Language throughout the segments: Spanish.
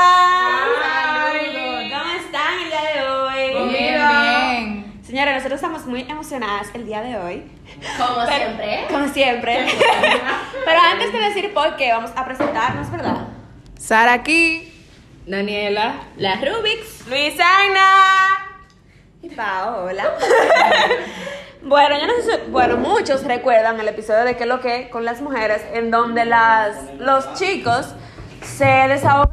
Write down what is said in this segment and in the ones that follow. Hola. Saludos. ¿Cómo están el día de hoy? bien. Señores, nosotros estamos muy emocionadas el día de hoy. Como Pero- siempre. Como siempre. Pero antes de decir por qué, vamos a presentarnos, ¿verdad? Sara aquí. Daniela. La Rubix. Luisana. Y Paola. bueno, yo no sé si- bueno, muchos recuerdan el episodio de qué es lo que con las mujeres, en donde las, los chicos se desahogaron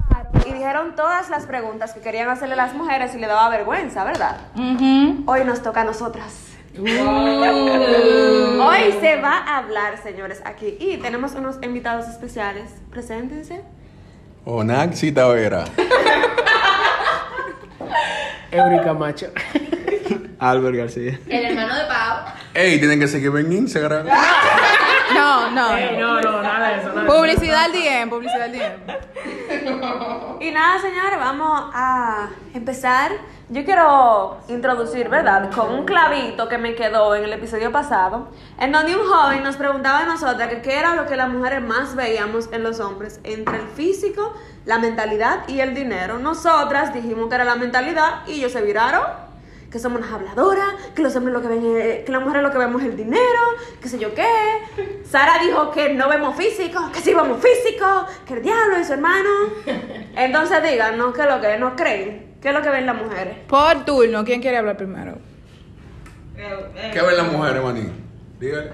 y dijeron todas las preguntas que querían hacerle a las mujeres y le daba vergüenza, ¿verdad? Hoy nos toca a nosotras. Mm. Oh, Hoy se va a hablar, señores, aquí. Y tenemos unos invitados especiales. Preséntense. Onaxi Tavera, Eurica Macho. Albert García. El hermano de Pau. Ey, tienen que seguirme en Instagram. No, no. No, no, nada de eso. Nada de eso. Publicidad al DM, publicidad al DM. Y nada, señores, vamos a empezar. Yo quiero introducir, ¿verdad? Con un clavito que me quedó en el episodio pasado, en donde un joven nos preguntaba a nosotras que qué era lo que las mujeres más veíamos en los hombres, entre el físico, la mentalidad y el dinero. Nosotras dijimos que era la mentalidad y ellos se viraron. Que somos unas habladoras, que los hombres lo que ven es- que las mujeres lo que vemos es el dinero, qué sé yo qué. Sara dijo que no vemos físico, que sí vemos físico, que el diablo y su hermano. Entonces díganos qué es lo que no creen, qué es lo que ven las mujeres. Por turno, ¿quién quiere hablar primero? ¿Qué ven las mujeres, maní? Dígale.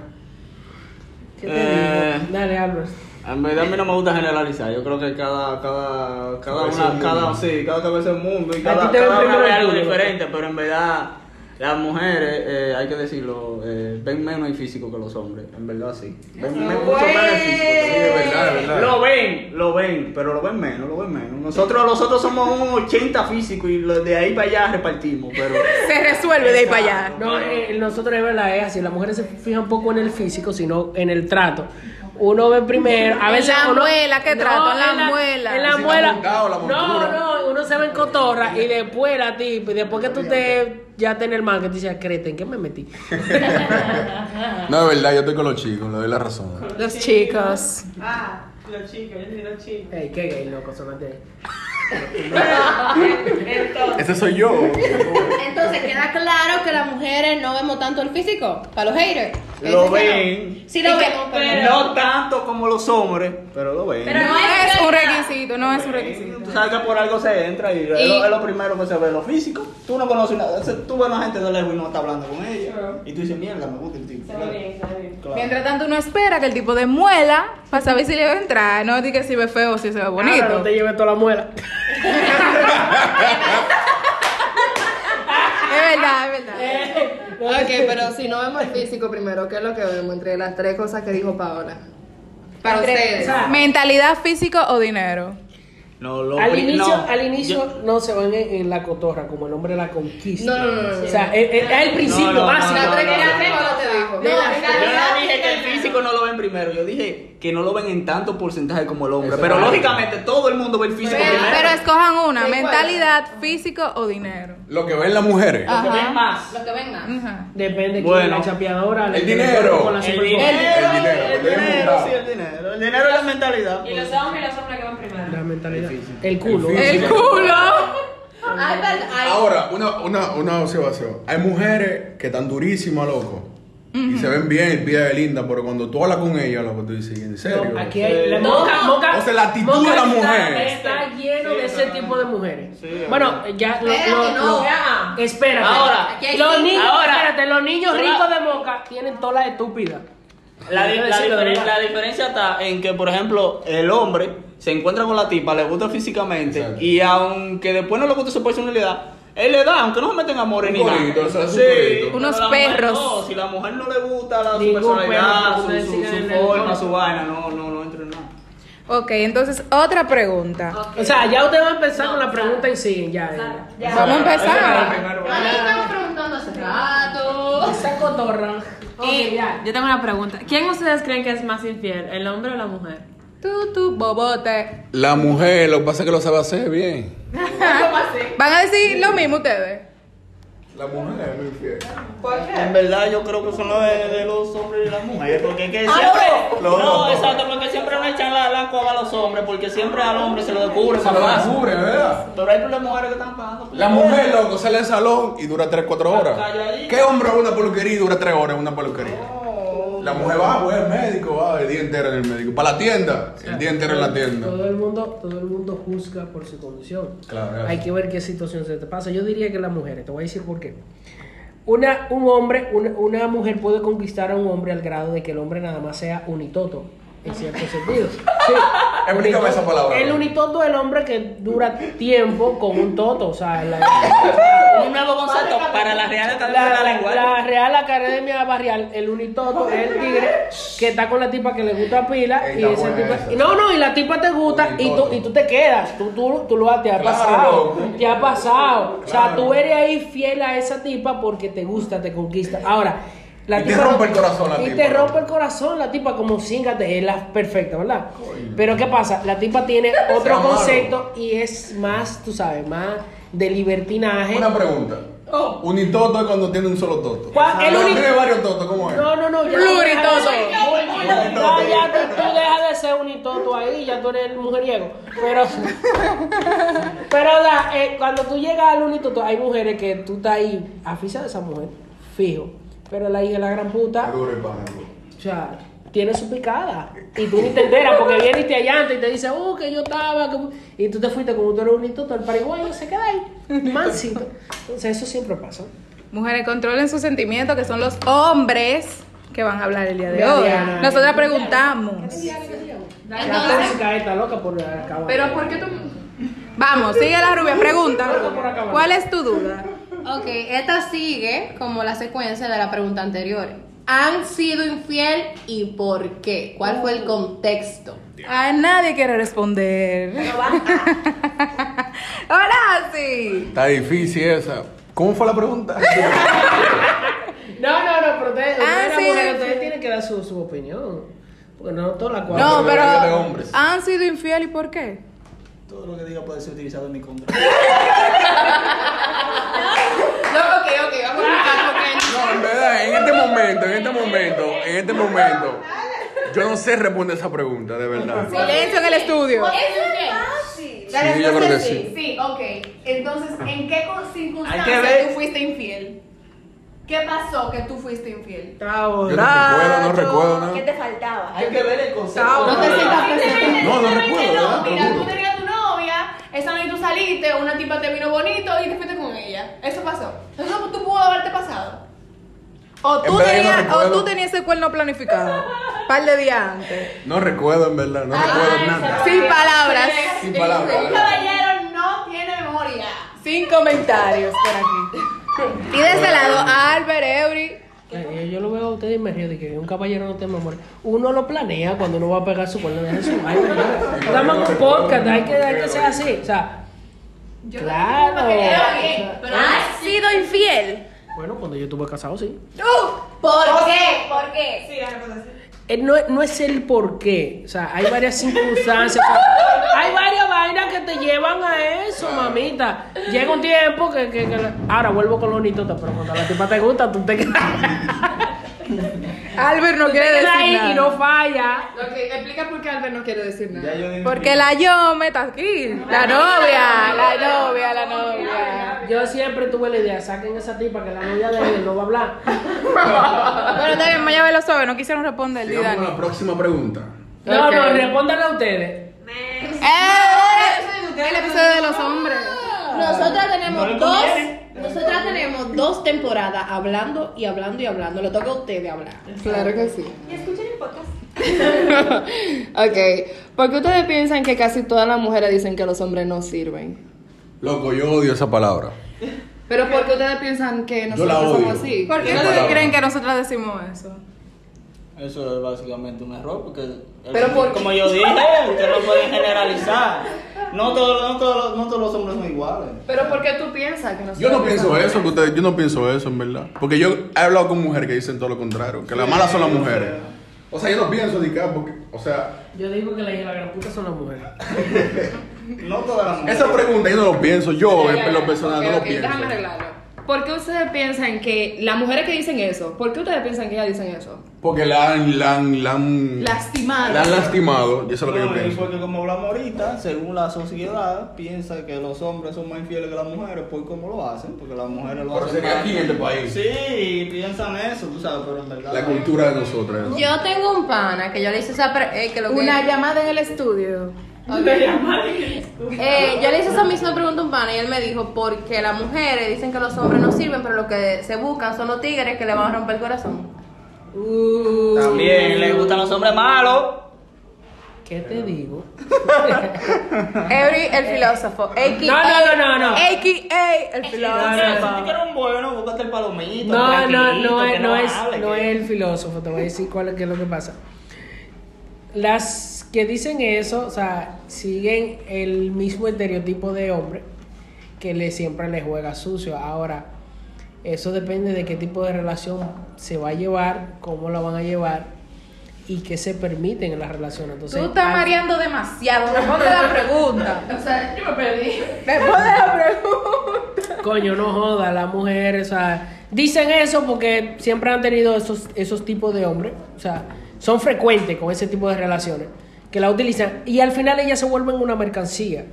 ¿Qué te digo? Eh. Dale, Albert. En verdad a mí no me gusta generalizar, yo creo que cada, cada, cada Cabeza del una, Pues mundo. cada, sí, cada cabeza es un mundo y A cada, ti te ven cada una primero ve el algo mundo. diferente, pero en verdad las mujeres, eh, hay que decirlo, eh, ven menos el físico que los hombres, en verdad sí. Ven men- mucho menos el físico. Sí, es verdad, es verdad. Lo ven, lo ven, pero lo ven menos, lo ven menos. Nosotros, nosotros somos un 80 físico y lo- de ahí para allá repartimos, pero... Se resuelve de ir para allá. No, eh, nosotros es verdad, es así. Las mujeres se fijan poco en el físico, sino en el trato. Uno ve primero, a En veces. la uno- muela, ¿qué trato? En la muela. En la Si está muela. montado, la no, montura. no, uno se ve en cotorra y después la tipa, y después que tú te. Ya tenés el man que te dice, crete, ¿en qué me metí? No, de verdad, yo estoy con los chicos, le doy la razón. Los chicos. Ey, qué gay, loco, sonate ahí. Ese soy yo. Entonces queda claro que las mujeres no vemos tanto el físico. Para los haters. Lo Eso es que ven. no. Sí lo vemos, pero. No tanto como los hombres, pero lo ven. No es un requisito, no es un requisito. Tú sabes que por algo se entra y, Es, lo, es lo primero que se ve, lo físico. Tú no conoces nada. o sea, Tú ves a una gente de lejos y no estás hablando con ella. Y tú dices, mierda, me gusta el tipo. Claro. Claro. Mientras tanto, uno espera que el tipo de muela para saber si le va a entrar. No diga si ve feo o si se ve Ahora Ah, no bonito. te lleves toda la muela. Es verdad, es verdad. Ok, pero si no vemos el físico primero, ¿qué es lo que vemos entre las tres cosas que dijo Paola? Para ustedes. Mentalidad, físico o dinero. No, lo Al pri- inicio, no. al inicio Yo- no se van en, en la cotorra como el hombre de la conquista. No, no, no, no, no. O sea, es, es- es el principio No, no, básico. Las no, tres que no, las tres no, Paola te dijo. No, la yo realidad no dije que el es físico no lo ven primero, yo dije que no lo ven en tanto porcentaje como el hombre. Eso Pero es verdad. lógicamente todo el mundo ve el físico Pero, primero. pero escojan una, Sí, ¿cuál? mentalidad, físico o dinero. Lo que ven las mujeres. Ah. Lo que ven más. Los que ven más. Ajá. Depende de quién Bueno. es la chapeadora. la El que le dinero. corre Con la El Super Bowl. dinero. El dinero, El lo tienen dinero, montado. sí, el dinero. El dinero es la mentalidad. pues. La mentalidad. Difícil. El culo. El El Físico. culo. Ay, pero- ay. Ahora, una, una, una observación. Hay mujeres que están durísimas, loco. Y se ven bien, el pie de linda, pero cuando tú hablas con ella, loco, tú dices, ¿en serio? No, aquí hay la Sí. moca, moca- O sea, la actitud moca de la está- mujer. Está lleno de ese tipo de mujeres. Sí, bueno, ya lo, Espérate, lo- no. lo- espérate. Ahora. Aquí hay los cinco. niños, Ahora. espérate, los niños Son ricos la- de moca tienen toda la estúpida. La, di- Quiero la decirlo, de diferen- verdad. la diferencia está en que, por ejemplo, el hombre se encuentra con la tipa, le gusta físicamente, Exacto. y aunque después no le guste su personalidad, él le da, aunque no se meten amores Un ni nada. corito, o sea, es un Sí, corito. Unos pero la mujer perros. no, si la mujer no le gusta la, su Ningún perro, personalidad, su, como su- decían su en el forma, corto. su vaina, no, no, no entra en nada. Ok, entonces otra pregunta. O sea, ya usted va a empezar con la pregunta y siguen ya. ya. Vamos a empezar. A mí me estaba preguntando hace rato. Esa cotorra. Ok, ya. Yo tengo una pregunta. ¿Quién ustedes creen que es más infiel, el hombre o la mujer? Tú, tú, bobote. La mujer, lo que pasa es que lo sabe hacer bien. ¿Van a decir lo mismo ustedes? La mujer es muy fiel. En verdad yo creo que son los de, de los hombres y las mujeres, porque es que siempre... Ah, no, exacto, porque siempre le echan la, la coba a los hombres, porque siempre al hombre se lo descubre Se más lo fácil. descubre, ¿verdad? Pero hay las mujeres que están pagando. La mujer, loco, sale del salón y dura 3, 4 horas. Calladita. ¿Qué hombre va a una peluquería y dura 3 horas en una peluquería? La mujer va, pues, al médico, va el día entero en el médico. Para la tienda, el día entero en la tienda. Todo el mundo, todo el mundo juzga por su condición. Claro, eso. Hay que ver qué situación se te pasa. Yo diría que las mujeres, te voy a decir por qué. Una, un hombre, una, una mujer puede conquistar a un hombre al grado de que el hombre nada más sea unitoto, en cierto sentido. Sí. Explícame esa palabra. El unitoto es el hombre que dura tiempo con un toto, o sea, la, Un nuevo concepto para la real Academia de la- la la- lengua. la Real Academia Barrial, el unitoto, es el tigre que está con la tipa que le gusta pila Ey, y está ese buena tipo- esa. y no, no, y la tipa te gusta y tú, Unitoto. y tú te quedas, tú, tú, tú lo has, te ha Claro. pasado, te ha pasado, o sea, Claro. tú eres ahí fiel a esa tipa porque te gusta, te conquista. Ahora, la Y te rompe el corazón la y tipa, te ¿no? rompe el corazón la tipa como cíngate, es la perfecta, ¿verdad? Pero ¿qué pasa? La tipa tiene otro malo. concepto y es más, tú sabes, más de libertinaje. Una pregunta. Unitoto es cuando tiene un solo toto. ¿Cuál? El Cuando uni- tiene varios totos, ¿cómo es? No, no, no. ya- Pluritoso. Ya, ya tú, tú dejas de ser unitoto ahí, ya tú eres el mujeriego. Pero, pero la, eh, cuando tú llegas al unitoto, hay mujeres que tú estás ahí aficionada a esa mujer, fijo. Pero la hija de la gran puta, Duro el pana, duro. o sea, tiene su picada. Y tú ni te enteras porque viene y te allanta y te dice, uh, que yo estaba. que-". Y tú te fuiste como tú eres unitoto, el paraguayo se queda ahí, mansito. Entonces, eso siempre pasa. Mujeres, controlen sus sentimientos, que son los hombres que van a hablar el día de Mira, hoy. Diana. Nosotras preguntamos. La tóxica está loca por acabar. Pero ¿por qué tú...? Vamos, sigue la rubia, pregunta. por acá, ¿Cuál es tu duda? Ok, esta sigue como la secuencia de la pregunta anterior. ¿Han sido infiel y por qué? ¿Cuál fue el contexto? A nadie quiere responder. Ahora sí. Está difícil esa. ¿Cómo fue la pregunta? No, no, no, pero ustedes, Ah, ustedes, sí, las mujeres, sí. ustedes tienen que dar su, su opinión. Porque no todas las cuatro. No, pero la mayoría de pero hombres. han sido infiel y por qué? Todo lo que diga puede ser utilizado en mi contra. No, ok, ok, vamos a buscar No, en verdad, en este momento, en este momento, en este momento, yo no sé responder esa pregunta, de verdad. Silencio en el estudio. porque... ¿Es Sí, fácil. yo creo que sí. este, Sí, ok. Entonces, ¿en qué con- Hay que circunstancias ver. tú fuiste infiel? ¿Qué pasó que tú fuiste infiel? Está Yo no recuerdo, no recuerdo ¿Qué nada. te faltaba? Hay que ver el concepto. No te sientas presente. No, no Evidentemente recuerdo, no. ¿verdad? Mira, tú Tampoco. tenías tu novia, esa noche tú saliste, una tipa te vino bonito y te fuiste con ella. Eso pasó. Eso tú pudo haberte pasado. O En tú, verdad, yo no tenías, o recuerdo. tú tenías ese cuerno planificado. Par de días antes. No recuerdo, en verdad, no recuerdo nada. Sin palabras. Sin palabras. Un caballero no tiene memoria. Sin comentarios por aquí. Y de ese lado, Albert, Eury. Eh, Yo, yo lo veo a ustedes y me río de que un caballero no tiene memoria. Uno lo planea cuando uno va a pegar su cuerno de su Ay, no. Estamos en un podcast, hay que, hay que ser así. O sea, claro. Pero, pero- ¿Has sido infiel? Bueno, cuando yo estuve casado, sí. ¿Por qué? ¿Por qué? Sí, Eh, No, no es el por qué. O sea, hay varias circunstancias. o sea, hay varias vainas que te llevan a eso, mamita. Llega un tiempo que. que- que la- Ahora vuelvo con los nitotas, pero cuando la tipa te gusta, tú te quedas, Albert no tú te quiere quedas decir ahí y no nada. falla. Ok, explica por qué Albert no quiere decir nada. Ya yo dije- Porque la Yome está aquí. La novia, la novia, la novia. Yo siempre tuve la idea, saquen esa tipa que la novia de él no va a hablar. Pero está bien, Maya lo sabe, no quisieron responder, Sigamos con Dani. la próxima pregunta. No, Ok. no, respóndanle a ustedes. ¡Eh! El episodio de los hombres. Ah. Nosotras tenemos No le dos. conviene. Nosotras tenemos dos temporadas hablando y hablando y hablando. Le toca a ustedes hablar. Claro que sí. Y escuchen el podcast. ok, ¿por qué ustedes piensan que casi todas las mujeres dicen que los hombres no sirven? Loco, yo odio esa palabra. Pero ¿por qué ustedes piensan que Yo la nosotros odio. somos así? ¿Por qué Esa ustedes palabra. creen que nosotros decimos eso? Eso es básicamente un error porque el- Pero ¿por qué? como yo dije, ustedes lo pueden generalizar. No todos, no todos, no todos los hombres son iguales. Pero ¿por qué tú piensas que nosotros Yo no pienso eso, que ustedes- yo no pienso eso, en verdad. Porque yo he hablado con mujeres que dicen todo lo contrario, que las malas son las mujeres. O sea, yo no pienso ni que, porque, o sea, Yo digo que la hija de la gran puta son las mujeres. No todas las mujeres. esa pregunta yo no lo pienso, yo en lo personal Ok, no lo ok, pienso. Déjame arreglarlo. ¿Por qué ustedes piensan que las mujeres que dicen eso, por qué ustedes piensan que ellas dicen eso? Porque la han, la han, la han, Lastimada. la han lastimado, y eso es lo que yo No, y pienso. porque como hablamos ahorita, según la sociedad, piensa que los hombres son más infieles que las mujeres, pues como lo hacen, porque las mujeres lo Pero hacen. se ve más. aquí en este país. Sí, piensan eso, tú sabes, pero en verdad. La no. cultura de nosotras. ¿no? Yo tengo un pana que yo le hice esa pre- eh, que lo que- Una llamada en el estudio. Eh, yo le hice esa misma pregunta a un pana y él me dijo, porque las mujeres dicen que los hombres no sirven, pero lo que se buscan son los tigres que le van a romper el corazón. También le gustan los hombres malos. ¿Qué te digo? Every, el filósofo. AKA, No, no, no, no, no. AKA, el No, filósofo. no, si tú quieres un bueno, búscate el palomito. No, no, tranquilito, no, que es, no, es, hable, no que- es el filósofo, te voy a decir cuál es, qué es lo que pasa. Las que dicen eso, o sea, siguen el mismo estereotipo de hombre que le siempre le juega sucio. Ahora, eso depende de qué tipo de relación se va a llevar, cómo la van a llevar y qué se permiten en la relación. Entonces, Tú estás al- mareando demasiado. Responde la pregunta. O sea, yo me perdí. Responde la pregunta. Coño, no joda, las mujeres, o sea, dicen eso porque siempre han tenido esos, esos tipos de hombres, o sea, son frecuentes con ese tipo de relaciones, que la utilizan y al final ellas se vuelven una mercancía.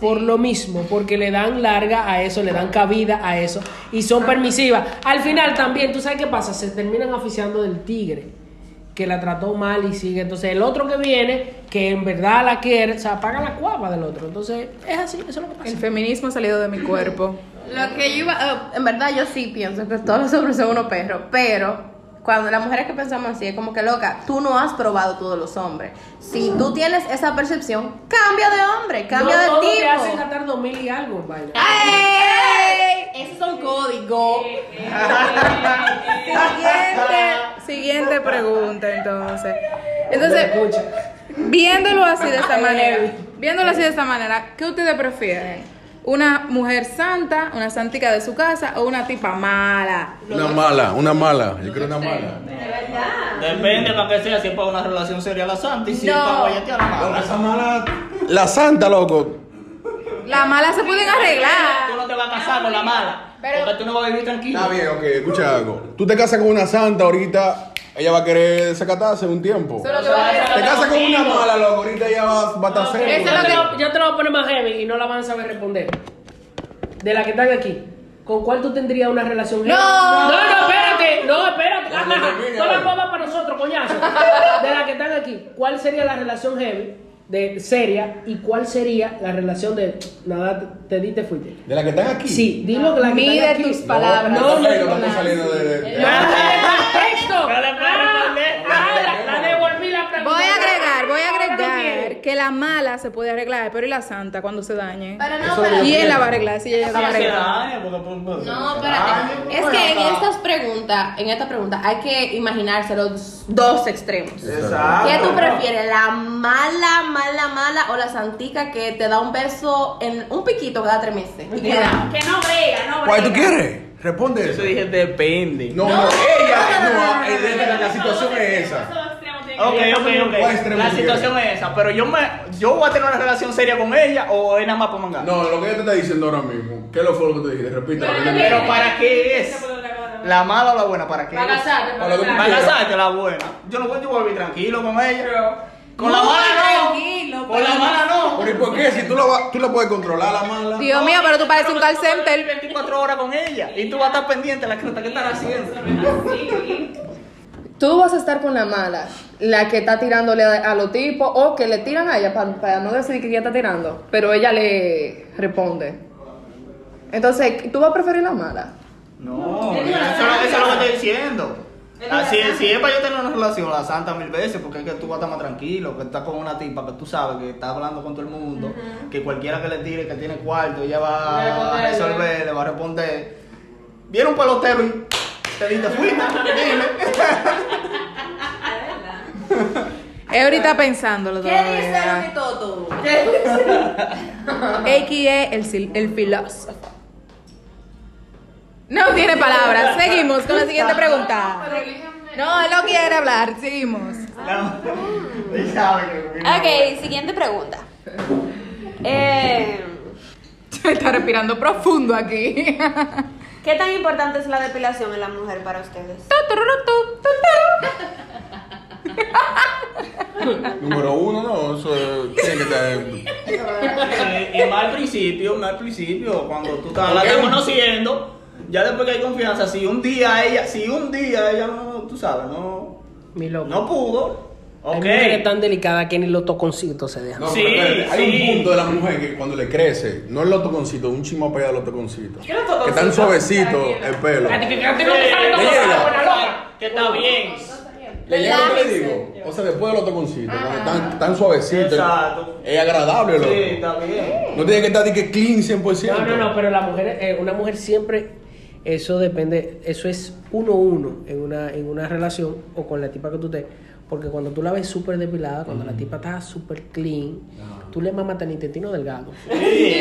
Por lo mismo, porque le dan larga a eso, le dan cabida a eso y son permisivas. Al final también, ¿tú sabes qué pasa? Se terminan aficiando del tigre que la trató mal y sigue. Entonces el otro que viene, que en verdad la quiere, o sea, apaga la cuapa del otro. Entonces es así, eso es lo que pasa. El feminismo ha salido de mi cuerpo. Lo que yo iba, eh, en verdad yo sí pienso que todos los hombres son unos perros, pero cuando las mujeres que pensamos así es como que loca, tú no has probado todos los hombres. Si tú tienes esa percepción, cambia de hombre, cambia no, de todo tipo. te hacen gastar dos mil y algo, vaya. ¡Ay! Esos son códigos. Siguiente, siguiente pregunta, entonces. Entonces, viéndolo así de esta manera, viéndolo así de esta manera, ¿qué ustedes prefieren? ¿Una mujer santa, una santica de su casa o una tipa mala? Una mala, una mala. Yo creo una mala. Depende para qué sea, si es para una relación seria la santa y si es No. para guayatear la Pero mala. esa mala. La santa, loco. La mala se pueden Ah. arreglar. Tú no te vas a casar con la mala. Pero- Porque tú no vas a vivir tranquilo. Está bien, ok, escucha algo. Tú te casas con una santa ahorita, ella va a querer desacatarse un tiempo. Lo que va a Te casas con una mala, loco, ahorita ella va, va a estar seria. Yo te, lo, yo te lo voy a poner más heavy y no la van a saber responder. De la que están aquí. ¿Con cuál tú tendrías una relación? heavy? No, no, espérate, no, espérate. No, no, Ajá, termina, no la vale. comas para nosotros, coñazo. De la que están aquí, ¿cuál sería la relación heavy de seria y cuál sería la relación de nada te di te fuiste? De las que están aquí. Sí, dilo que la que Mide están aquí. tus palabras. No, no, no, No, no, estamos saliendo de. de- de- No, contexto. Pero le puedes Ah, responder. ah, la- la devolví la pregunta. Voy a agregar, voy a Ahora no quiere. agregar que la mala se puede arreglar, pero y la santa cuando se dañe. Pero no, Eso pero. Y él la va a arreglar, si ella la va a No se arreglar. dañe, porque, pues, pues, No, se Ah, dañe, espérate. pues, Es que en está. estas preguntas, en esta pregunta, hay que imaginarse los dos extremos. Exacto. ¿Qué tú prefieres? ¿La mala, mala, mala o la santica que te da un beso en un piquito cada tres meses? Y te da. Que no brega, no brega. ¿Cuál tú quieres? Responde Yo eso. te dije depende. No, no, ella, no, eh, ella, la situación es esa. Ok, ok, ¿Cuál ok. extremo La tú situación es esa, pero yo me yo voy a tener una relación seria con ella o es nada más por mangar. No, lo que ella te está diciendo ahora mismo, ¿qué es lo fue lo que tú dijiste? Repítalo. que te- Pero para qué es la mala o la buena, para qué Para es? casarte, Para lo que tú Para quieras. casarte la buena. Yo no voy, yo voy a vivir tranquilo con ella. Con la Muy mala tranquilo, no. Con la pero- mala no. Pero ¿y por qué? Si tú, lo vas- tú la puedes controlar a la mala. Dios mío, pero tú pareces un call center. 24 horas con ella y tú vas a estar pendiente de la creta que están haciendo. Tú vas a estar con la mala, la que está tirándole a, a los tipos o que le tiran a ella pa- para, no decir que ella está tirando, pero ella le responde. Entonces, ¿tú vas a preferir la mala? No, eso, es- eso es lo que estoy diciendo. Así es, si es para yo tener una relación, la santa mil veces, porque es que tú vas a estar más tranquilo, que estás con una tipa que tú sabes que está hablando con todo el mundo, que cualquiera que le tire, que tiene cuarto, ella va a resolver, le va a responder. Viene un pelotero y te diste fuiste, dime. Eury está pensándolo todavía. Toto? AKA el, sil- el filósofo. No tiene palabras. Seguimos con la siguiente pregunta. No, él no quiere hablar. Seguimos. Él sabe que- Ok, siguiente pregunta. Eh, Se está respirando profundo aquí. ¿Qué tan importante es la depilación en la mujer para ustedes? Número uno, no, eso eh, tiene que estar. Eh, Y y más al principio, más al principio, cuando tú estás la estás conociendo, ya después que hay confianza, si un día ella, si un día ella no, tú sabes, no, Mi loco. no pudo, Hay ok. mujeres tan delicadas que ni los toconcitos se dejan. No, Sí, pero espérate, hay sí. un punto de la mujer que cuando le crece, no el lotoconcito, un chismo pegado al lotoconcito. ¿Qué lotoconcito? Que tan suavecito el pelo. Ah, que no te salen los los ojos, ojos, Que está bien. Le llega lo que le digo. O sea, después del lotoconcito, cuando tan, tan suavecito. Exacto. Es agradable, Sí, loco. está bien. No tiene que estar de que clean 100%. No, no, no, pero la mujer, eh, una mujer siempre, eso depende, eso es uno a uno en una, en una relación o con la tipa que tú te. Porque cuando tú la ves súper depilada, cuando la tipa está súper clean, tú le mamas el intestino delgado. Sí,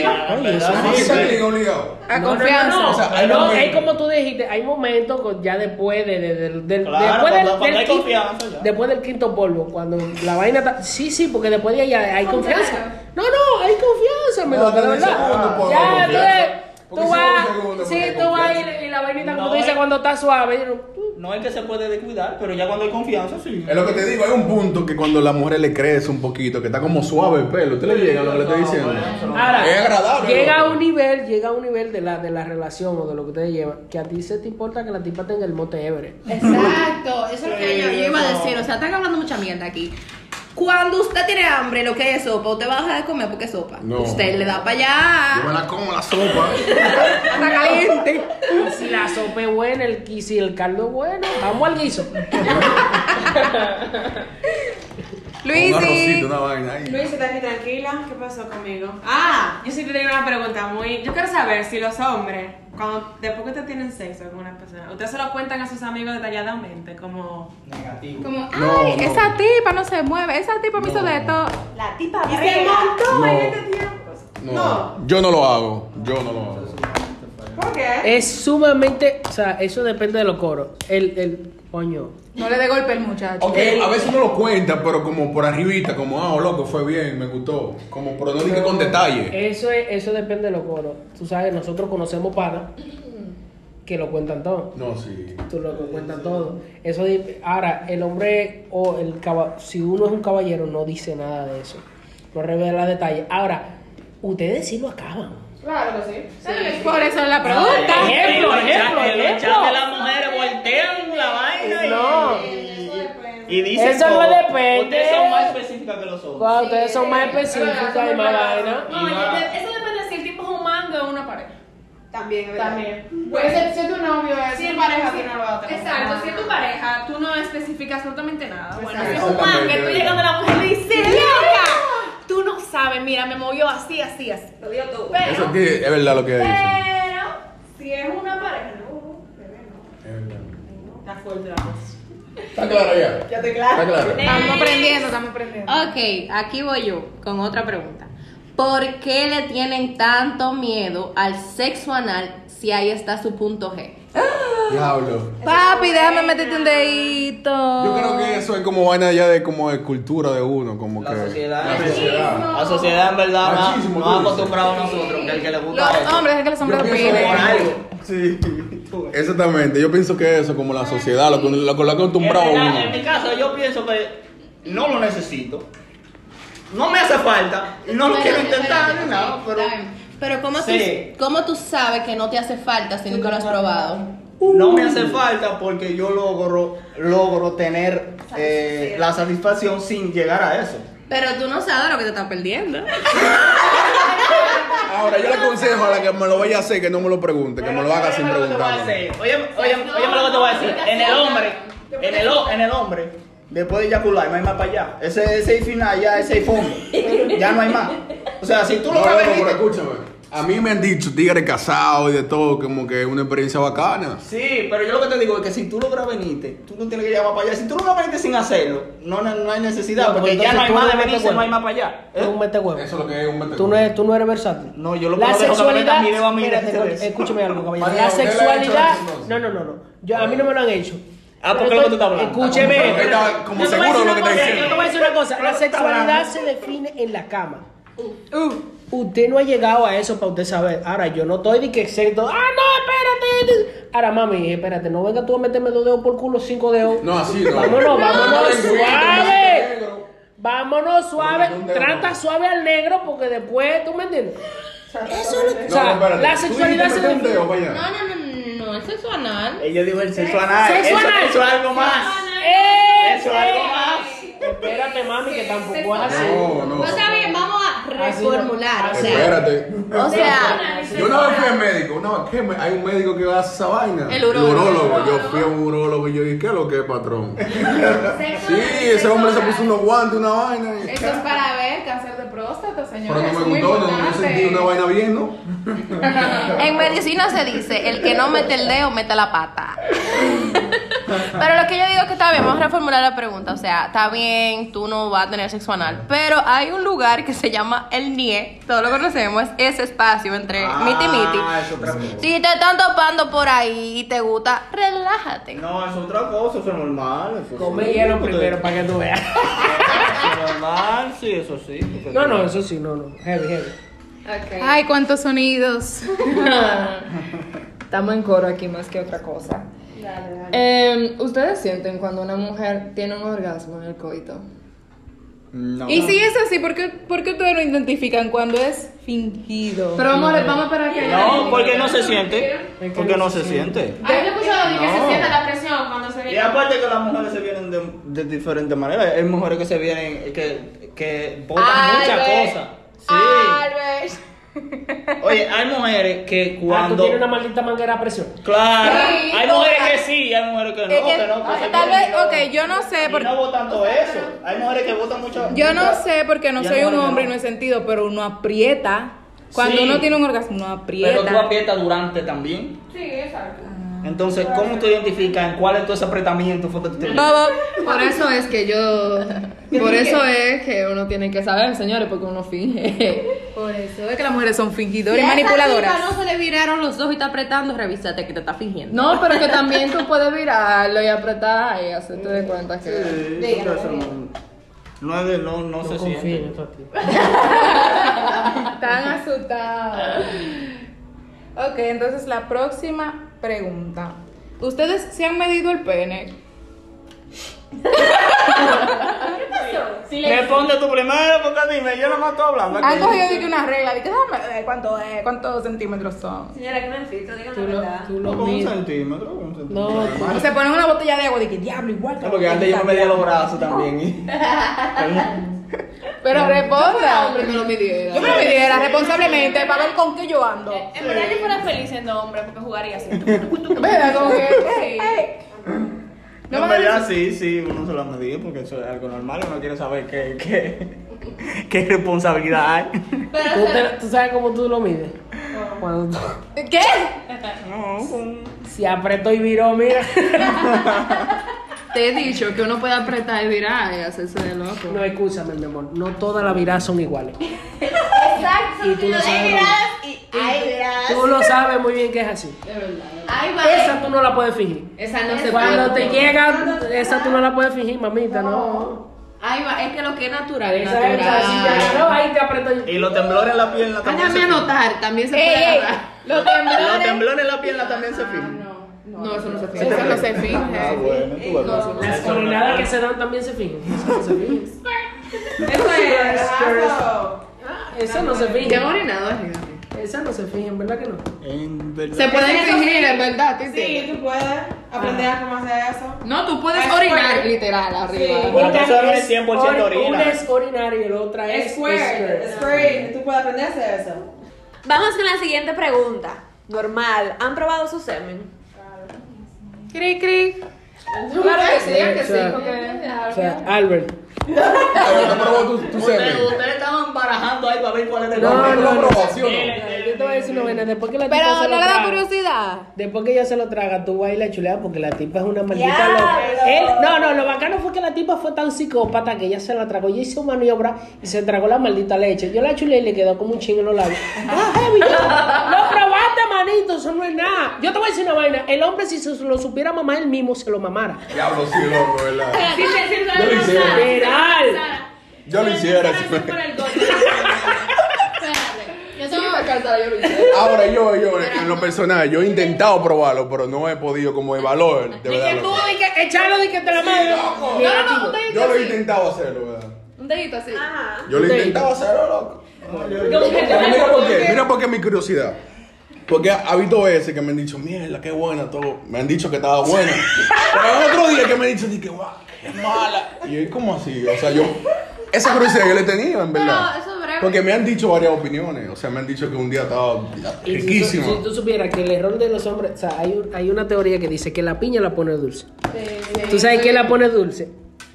Oye, eso No sí, se sí. clean obligado. A No, no, confianza. No, no, O sea, hay No, momentos. es como tú dijiste, hay momentos con- ya después de, de- de- del- Claro, después cuando- del, cuando del hay quinto- confianza, ya. después del quinto polvo, cuando la vaina está, sí, sí, porque después de ahí ya hay confianza. No, no, hay confianza, me No, lo de desde el segundo verdad. polvo Ya, hay confianza. entonces, Porque tú si no, vas, el segundo sí, polvo hay tú vas confianza. y, y la vainita como No, tú dices eh. cuando está suave, yo no- No es que se puede descuidar, pero ya cuando hay confianza, sí. Es lo que te digo, hay un punto que cuando la mujer le crece un poquito, que está como suave el pelo, ¿usted le llega lo que le estoy diciendo? Ahora, Es agradable, Llega a loco. un nivel, llega a un nivel de la, de la relación o de lo que ustedes llevan, que a ti se te importa que la tipa tenga el mote Everest. Exacto, eso es lo que Sí, yo, yo iba a eso. decir. O sea, están hablando mucha mierda aquí. Cuando usted tiene hambre, lo que es sopa, usted va a dejar de comer porque es sopa. No. Usted le da para allá. Yo me la como la sopa. Está caliente. Si la sopa es buena, el quiz y el caldo es bueno, vamos al guiso. Un arrocito, Luisi. una vaina ahí. Luis, ¿estás aquí tranquila? ¿Qué pasó conmigo? Ah, yo sí te tengo una pregunta muy... Yo quiero saber si los hombres, cuando después que ustedes tienen sexo con una persona, ¿ustedes se lo cuentan a sus amigos detalladamente? Como... Negativo. Como, ay, No, no. Esa tipa no se mueve. Esa tipa me hizo de todo. La tipa Y se montó No. en este tiempo. No, No. Yo no lo hago. Yo no lo hago. ¿Por qué? Es sumamente, o sea, eso depende de los coros. El, el, coño. No le dé golpe al muchacho. Ok, a veces uno lo cuenta, pero como por arribita, como, ah, loco, fue bien, me gustó. Como, pero no dije con detalle. Eso es, eso depende de los coros. Tú sabes, nosotros conocemos panas que lo cuentan todo. No, sí. Tú lo cuentan todo. Eso di- ahora, el hombre o el caba- si uno es un caballero, no dice nada de eso. No revela detalles. Ahora, ustedes sí lo acaban. Claro que sí. Por eso es la pregunta. Ejemplo, ejemplo, ejemplo. Los las mujeres voltean la vaina y. No. Y dicen Eso no todo. depende. Ustedes son más específicas que los hombres. Cuando ustedes son más específicos y más vaina. No, ya- eso depende si el tipo es un mango o una pareja. También, ¿verdad? También. Pues si, si tu novio es Si tu es pareja, pareja, si tú no lo vas a tener. Exacto, si es tu No. pareja, tú no especificas absolutamente nada. Pues Bueno, si es un Exactamente, man, que tú ¿verdad? llegando a la mujer le dices, ¡Loca! Tú no sabes, mira, me movió así, así, así. Lo dio todo. Pero, Eso que es verdad lo que ha pero, si es una pareja, no. bebé, no. dicho. Es verdad. Está fuerte la cosa. Está claro ya. Ya te Está claro. claro. Estamos aprendiendo, estamos aprendiendo. Ok, aquí voy yo con otra pregunta. ¿Por qué le tienen tanto miedo al sexo anal si ahí está su punto G? Diablo. Papi, déjame meterte un dedito. Yo creo que eso es como vaina ya de como de cultura de uno, como La que. sociedad. La sociedad. La sociedad en verdad no ha- Machismo, no tú ha dices. acostumbrado a nosotros que el que le gusta Los eso. hombres, es que los hombres Yo pienso opinen. Por algo. Sí. Exactamente, yo pienso que eso, como la sociedad, lo que lo que lo ha acostumbrado En, verdad, uno. en mi caso, yo pienso que no lo necesito. No me hace falta. Y no lo quiero Espérate, intentar espérate, ni nada, ok, pero. está bien. Pero ¿cómo, Sí. tú, ¿cómo tú sabes que no te hace falta si nunca lo has probado? No me hace falta porque yo logro, logro tener eh, la satisfacción sin llegar a eso. Pero tú no sabes lo que te estás perdiendo. Ahora, yo le aconsejo a la que me lo vaya a hacer que no me lo pregunte, que me lo haga sin Óyeme lo que te voy a preguntarme. decir. Óyeme, óyeme, óyeme lo que te voy a decir. En el hombre, en el, ho- en el hombre, después de eyacular, no hay más para allá. Ese, ese final ya, ese fondo. Ya no hay más. O sea, si tú lo No, sabes. no, pero escúchame. A mí me han dicho tigre casado y de todo, como que es una experiencia bacana. Sí, pero yo lo que te digo es que si tú logras venirte, tú no tienes que llevar para allá. Si tú logras venirte sin hacerlo, no, no, no hay necesidad, No, porque pues ya no hay entonces más tú no de te venirse, no vuelves. hay más para allá. Tú un mete Eso es lo que es un Tú no, eres, tú no eres versátil. No, yo lo La puedo ver, porque me sexualidad. metan mi dedo a mí, espérate, déjate con- de eso. escúchame algo, caballero. Vale, La ¿usted le ha hecho sexualidad. eso entonces? No, no, no, no. Yo, a mí no me lo han hecho. Ah, ¿por Pero qué lo que estoy- tú estás hablando? Escúcheme. Como que está como Yo te voy seguro a lo que decir una está cosa, diciendo. Yo te voy a decir una cosa. La sexualidad se define en la cama. Uh. Usted no ha llegado a eso para usted saber. Ahora, yo no estoy de que exento. Ah, no, espérate, ¿qué? Ahora, mami, espérate, no venga tú a meterme dos dedos por culo, cinco dedos. No, así no. Vámonos, vámonos, No. suave. Vámonos suave, Pero no es un dedo, trata no. suave al negro porque después, ¿tú me entiendes? Eso es lo que... No, o sea, espérate. la Tú sexualidad dijiste se meter un dedo define... para No, allá. no, no, no, no, eso es anal. Ella dijo el sexo anal. Sexo Eso- anal. Eso es algo más. ¡Eh! Eso es algo más. Espérate, mami, que tampoco es así. No, no. Pues está bien, vamos a reformular. O sea, Espérate. o sea, Yo una vez fui al médico, una vez que me- hay un médico que hace esa vaina. El urólogo. Yo fui a un urólogo y yo dije, ¿qué es lo que es, patrón? Sí, ese hombre se puso unos guantes, una vaina. y- Eso es para ver cáncer de próstata, señor. Pero no me gustó, no me sentí una vaina bien, ¿no? en medicina se dice, el que no mete el dedo, mete la pata. Pero lo que yo digo es que está bien, vamos a reformular la pregunta. O sea, está bien, tú no vas a tener sexo anal. Pero hay un lugar que se llama el NIE, todos lo conocemos, es ese espacio entre miti miti. Ah, eso es otra cosa. Si te están topando por ahí y te gusta, relájate. No, eso es otra cosa, eso es normal. Eso Come sí, hielo porque- primero para que tú veas. Eso es normal, sí, eso sí. porque- No, no, eso sí, no, no. Heavy, heavy. Ah, Ay, cuántos sonidos. Estamos en coro aquí más que otra cosa. Em, ¿Ustedes sienten cuando una mujer tiene un orgasmo en el coito? No. Y si es así, ¿por qué, por qué ustedes lo identifican cuando es fingido? Pero vamos, a- vamos para que No, porque no se siente. Porque no se siente. Ay, yo he escuchado de que se No. siente la presión cuando se Y viene. aparte que las mujeres se vienen de, de diferentes maneras. Hay mujeres que se vienen, que, que botan Ay, muchas ve. cosas. Sí. Oye, hay mujeres que Ah, tú cuando. tienes una maldita manguera a presión. Claro. Sí, hay todas. mujeres que sí, hay mujeres que no. Es que- que no pues, que se Eh, tal vienen vez, y no- ok, yo no sé, y porque, no votan todo eso. Hay mujeres que votan mucho. yo no sé porque no Ya soy no, un ya hombre y no. no he sentido, pero uno aprieta. Cuando Sí. uno tiene un orgasmo, uno Pero tú aprieta. aprietas durante también. Sí, exacto. Entonces, ¿cómo tú identificas en cuál es tu ese apretamiento? fue que tú te- Bobo. Por eso es que yo. Por eso es que uno tiene que saber, señores, porque uno finge. Por eso Es que las mujeres son fingidoras y manipuladoras. no se le viraron los ojos y está apretando, revísate que te está fingiendo. No, pero que también tú puedes virarlo y apretar y hacerte de cuenta que. Sí, porque Eh, eso no- No, es de- no, no se Confío en siente. esta tía. Tan asustados. Ok, entonces la próxima pregunta. ¿Ustedes se han medido el pene? Responde tú primero, porque dime, yo no me estoy hablando. Han aquí. cogido de que una regla, de que déjame ver cuánto es, cuántos centímetros son. Señora, que no es filtro, díganme Tú la lo, verdad. tú lo No, con un miras. centímetro, con un centímetro. Ah, No, tú- Se ponen una botella de agua de que diablo, igual. que No, Ah, porque la antes yo me botella". medía los brazos también. ¿eh? y- Pero Fuera responda. hombre que lo midiera. Yo me lo midiera responsablemente para ver con qué yo ando. Eh, En verdad yo fuera feliz siendo hombre porque jugaría así. ¿Verdad? Como que. eh, ey, ey. No No, me pero ya hagas- sí, sí, uno se lo ha medido porque eso es algo normal, uno quiere saber qué, qué, qué responsabilidad hay. tú te- tú sabes cómo tú lo mides. Cuando tú- ¿Qué? No, con... si apretó y viró, mira. Te he dicho que uno puede apretar y virar y hacerse de loco. No, escúchame, mi amor. No todas las viradas son iguales. Exacto. Y tú lo sabes. y ay, verás. Tú lo sabes muy bien que es así. Ay, Esa tú no la puedes fingir. eh, Esa no se Cuando te llega, esa tú no la puedes fingir, mamita, no. Ahí va, es que lo que es natural es Esa es así, ya natural. no, ahí te apretó. y- Y los temblores en la pierna también Déjame se fijan. anotar, también se Ey, puede ey. agarrar. Los Los temblores. temblores en la pierna también se fijan. No, eso no se Eso fija. no se Ah, finge. bueno, tú ves. Las coordenadas que se dan también se fijan. Eso no se finge. Eso es. brazo. Eso no se Ya han finge. orinado arriba. Esa no se finge, ¿verdad que no? En verdad. Se pueden fingir, en verdad, ¿te Sí, entiendes? tú puedes aprender a cómo hacer eso. No, tú puedes Es orinar fuerte. literal arriba. Bueno, tú sabes es 100% ori- orina. Una es orinaria y la otra es Square, skirt. square, tú puedes aprender a hacer eso. Vamos con la siguiente pregunta. Normal, ¿han probado su semen? Cri, cri. Claro que sí, que sí. Claro. O sea, Albert. Pero no probó tu, tu Ustedes semen. ustedes estaban barajando ahí para ver cuál era el No, nombre. no, no. probó, ¿sí o no? Yo te voy a decir una vaina. Después que la Pero tipa se no lo le da traga, curiosidad. después que ella se lo traga, tú vas y la chuleas porque la tipa es una maldita loca. Él- no, no, lo bacano fue que la tipa fue tan psicópata que ella se la tragó. Ella hizo maniobra y se tragó la maldita leche. Yo la chuleé y le quedó como un chingo en los labios. ¡Ah, heavy! yo, ¡No probaste, manito! Eso no es nada. Yo te voy a decir una vaina. El hombre, si se lo supiera mamá, él mismo se lo mamara. Diablo, sí, loco, ¿verdad? Sí, sí, sí, Yo lo hiciera. Literal. Yo lo hiciera. sí. Espérate. Yo tengo cantar, yo lo hice. Ahora yo, yo, en lo personal, yo he intentado probarlo, pero no he podido como el valor, de verdad. loco. di que echarlo di que te la madre. loco. No, no, no, Yo lo he intentado hacerlo, ¿verdad? Un dedito así. Yo lo he intentado hacerlo, loco. Pero mira por qué, mira por qué mi curiosidad. Porque ha visto veces que me han dicho, mierda, qué buena todo. Me han dicho que estaba buena. Pero hay otro día que me han dicho, di que guau, qué mala. Y es como así, o sea, yo. Esa curiosidad yo la he tenido, en verdad. eso es breve. Porque me han dicho varias opiniones. O sea, me han dicho que un día estaba Y si tú- riquísima. Si tú supieras que el error de los hombres, o sea, hay, un- hay una teoría que dice que la piña la pone dulce. ¿Tú sabes qué la pone dulce?